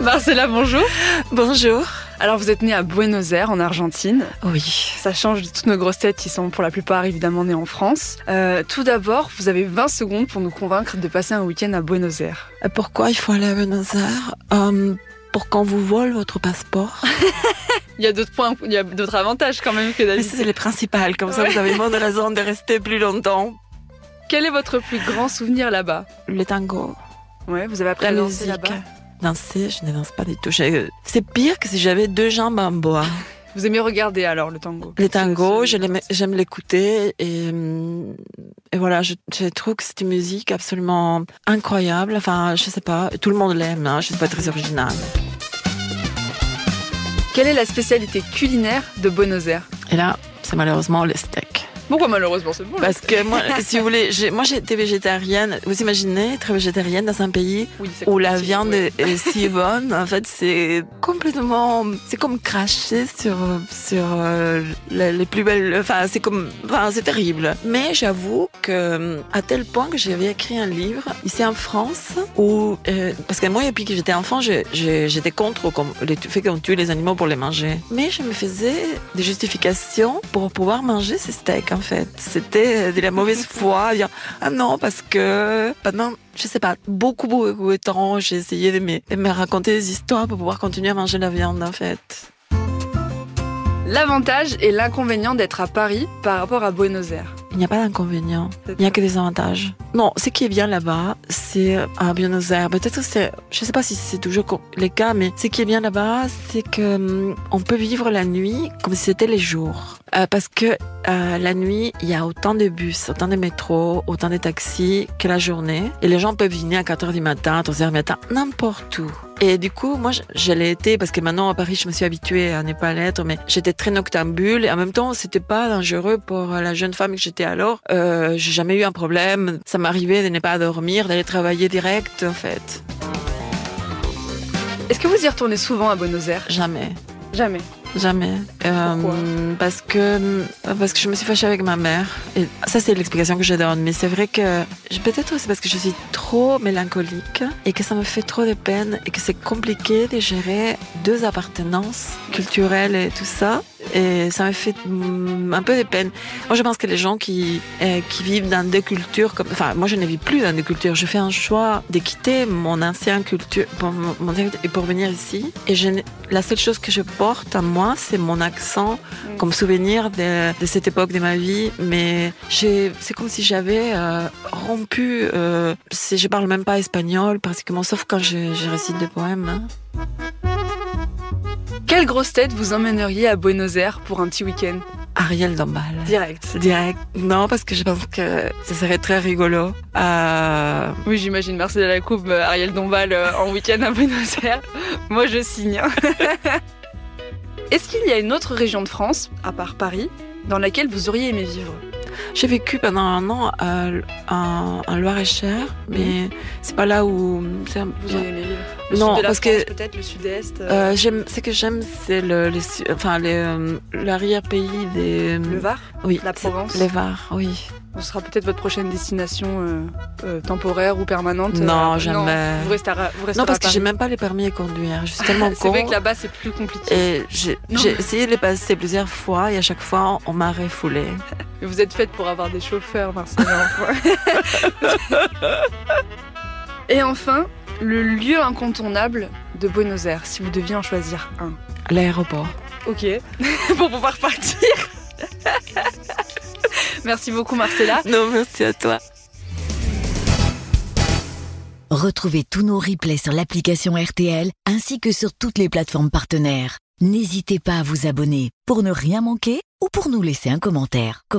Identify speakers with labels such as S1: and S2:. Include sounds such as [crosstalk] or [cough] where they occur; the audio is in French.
S1: Marcella, bonjour.
S2: Bonjour. Alors vous êtes née à Buenos Aires en Argentine.
S1: Oui.
S2: Ça change de toutes nos grosses têtes qui sont pour la plupart évidemment nées en France. Euh, tout d'abord, vous avez 20 secondes pour nous convaincre de passer un week-end à Buenos Aires.
S3: Euh, Pourquoi il faut aller à Buenos Aires Euh, Pour qu'on vous vole votre passeport.
S2: Il y a d'autres points, il y a d'autres avantages quand même
S3: [laughs]
S2: que
S3: Mais
S2: d'habitude.
S3: c'est les principales, comme ça
S2: Ouais.
S3: vous avez moins de raison de rester plus longtemps.
S2: Quel est votre plus grand souvenir là-bas
S3: Le tango,
S2: Ouais, vous avez appris
S3: la
S2: à danser
S3: musique.
S2: là-bas.
S3: Danser, je ne danse pas du tout. J'ai- euh, C'est pire que si j'avais deux jambes en bois.
S2: Vous aimez regarder alors le tango
S3: Les tangos,
S2: Ce-
S3: je
S2: ce-
S3: l'aimais- j'aime l'écouter et, hum, et voilà, je, je trouve que c'est une musique absolument incroyable. Enfin, je sais pas, tout le monde l'aime, hein, je suis pas très originale.
S2: Quelle est la spécialité culinaire de Buenos Aires
S3: Et là, c'est malheureusement le steak.
S2: Pourquoi malheureusement c'est bon là.
S3: Parce que moi, si vous voulez, j'ai- moi j'ai été végétarienne. Vous imaginez être végétarienne dans un pays
S2: Oui, c'est
S3: où la
S2: compliqué,
S3: viande
S2: ouais.
S3: est si bonne. En fait, c'est complètement, c'est comme cracher sur sur euh, la- les plus belles. Enfin, c'est comme, enfin, c'est terrible. Mais j'avoue que à tel point que j'avais écrit un livre ici en France où euh, parce que moi depuis que j'étais enfant, je- je- j'étais contre comme le fait qu'on tue les animaux pour les manger. Mais je me faisais des justifications pour pouvoir manger ces steaks. En fait, c'était de la mauvaise foi. Dire, ah non, parce que pendant, je sais pas, beaucoup, beaucoup de temps, j'ai essayé de me, de me raconter des histoires pour pouvoir continuer à manger la viande, en fait.
S2: L'avantage et l'inconvénient d'être à Paris par rapport à Buenos Aires.
S3: Il n'y a pas d'inconvénient, il n'y a que des avantages. Non, ce qui est bien là-bas, c'est ah, à Buenos Aires. Peut-être que c'est, je sais pas si c'est toujours co- le cas, mais ce qui est bien là-bas, c'est que hum, on peut vivre la nuit comme si c'était les jours. Euh, parce que euh, la nuit, il y a autant de bus, autant de métros, autant de taxis que la journée. Et les gens peuvent venir à 4h du matin, à 3h du matin, n'importe où. Et du coup, moi, je, je l'ai été parce que maintenant à Paris, je me suis habituée à ne pas l'être, mais j'étais très noctambule et en même temps, c'était pas dangereux pour la jeune femme que j'étais alors. Euh, j'ai jamais eu un problème. Ça m'arrivait de ne pas dormir, d'aller travailler direct, en fait.
S2: Est-ce que vous y retournez souvent à Buenos Aires
S3: Jamais.
S2: Jamais.
S3: Jamais. Euh,
S2: Pourquoi
S3: parce que parce que je me suis fâchée avec ma mère. Et ça c'est l'explication que je donne. Mais c'est vrai que je- peut-être c'est parce que je suis trop mélancolique et que ça me fait trop de peine et que c'est compliqué de gérer deux appartenances culturelles et tout ça. Et ça me fait mm, un peu de peine. Moi je pense que les gens qui euh, qui vivent dans deux cultures, comme enfin moi je ne vis plus dans deux cultures. Je fais un choix de quitter mon ancien culture pour, mon, mon- et pour venir ici. Et je n'ai- la seule chose que je porte à moi, c'est mon accent
S2: Mm.
S3: comme souvenir de, de cette époque de ma vie. Mais j'ai- c'est comme si j'avais euh, rompu. Euh, c'est- je parle même pas espagnol, pratiquement, sauf quand je, je récite des poèmes. hein.
S2: Quelle grosse tête vous emmèneriez à Buenos Aires pour un petit week-end
S3: Ariel Dombal.
S2: Direct.
S3: Direct. Non, parce que je pense que ce serait très rigolo. Euh,
S2: Oui, j'imagine Marcel Lacoupe, euh, Ariel Dombal euh, en week-end à Buenos Aires. [laughs] Moi, je signe. hein.
S3: [laughs]
S2: Est-ce qu'il y a une autre région de France, à part Paris, dans laquelle vous auriez aimé vivre
S3: J'ai vécu pendant un an à, en- en Loire-et-Cher, mais c'est pas là où. c'est un-
S2: Mm. Vous auriez aimé vivre Le
S3: Non,
S2: sud de la
S3: parce
S2: France,
S3: que-
S2: peut-être le sud-est, euh,
S3: Euh, j'aime, ce que j'aime, c'est le, les su- enfin, les, euh, l'arrière-pays des. euh,
S2: le Var.
S3: Oui.
S2: la Provence.
S3: Les Var, oui.
S2: Ce sera peut-être votre prochaine destination euh, euh, temporaire ou permanente. euh,
S3: Non,
S2: à-
S3: jamais.
S2: vous restez à- vous resterez
S3: Non, parce
S2: à
S3: que j'ai
S2: Paris.
S3: même pas les permis de conduire.
S2: [laughs]
S3: Je suis tellement
S2: C'est
S3: con.
S2: vrai que là-bas, c'est plus compliqué.
S3: Et j'ai,
S2: Non.
S3: j'ai essayé de les passer plusieurs fois et à chaque fois, on m'a refoulé.
S2: Mais Vous êtes faite pour avoir des chauffeurs, hein, Marcella. enfin. Et enfin, le lieu incontournable de Buenos Aires, si vous deviez en choisir un.
S3: À l'aéroport.
S2: Ok, [laughs] pour pouvoir partir. Merci beaucoup, Marcella.
S3: Non, merci à toi.
S4: Retrouvez tous nos replays sur l'application RTL ainsi que sur toutes les plateformes partenaires. N'hésitez pas à vous abonner pour ne rien manquer ou pour nous laisser un commentaire. Comment-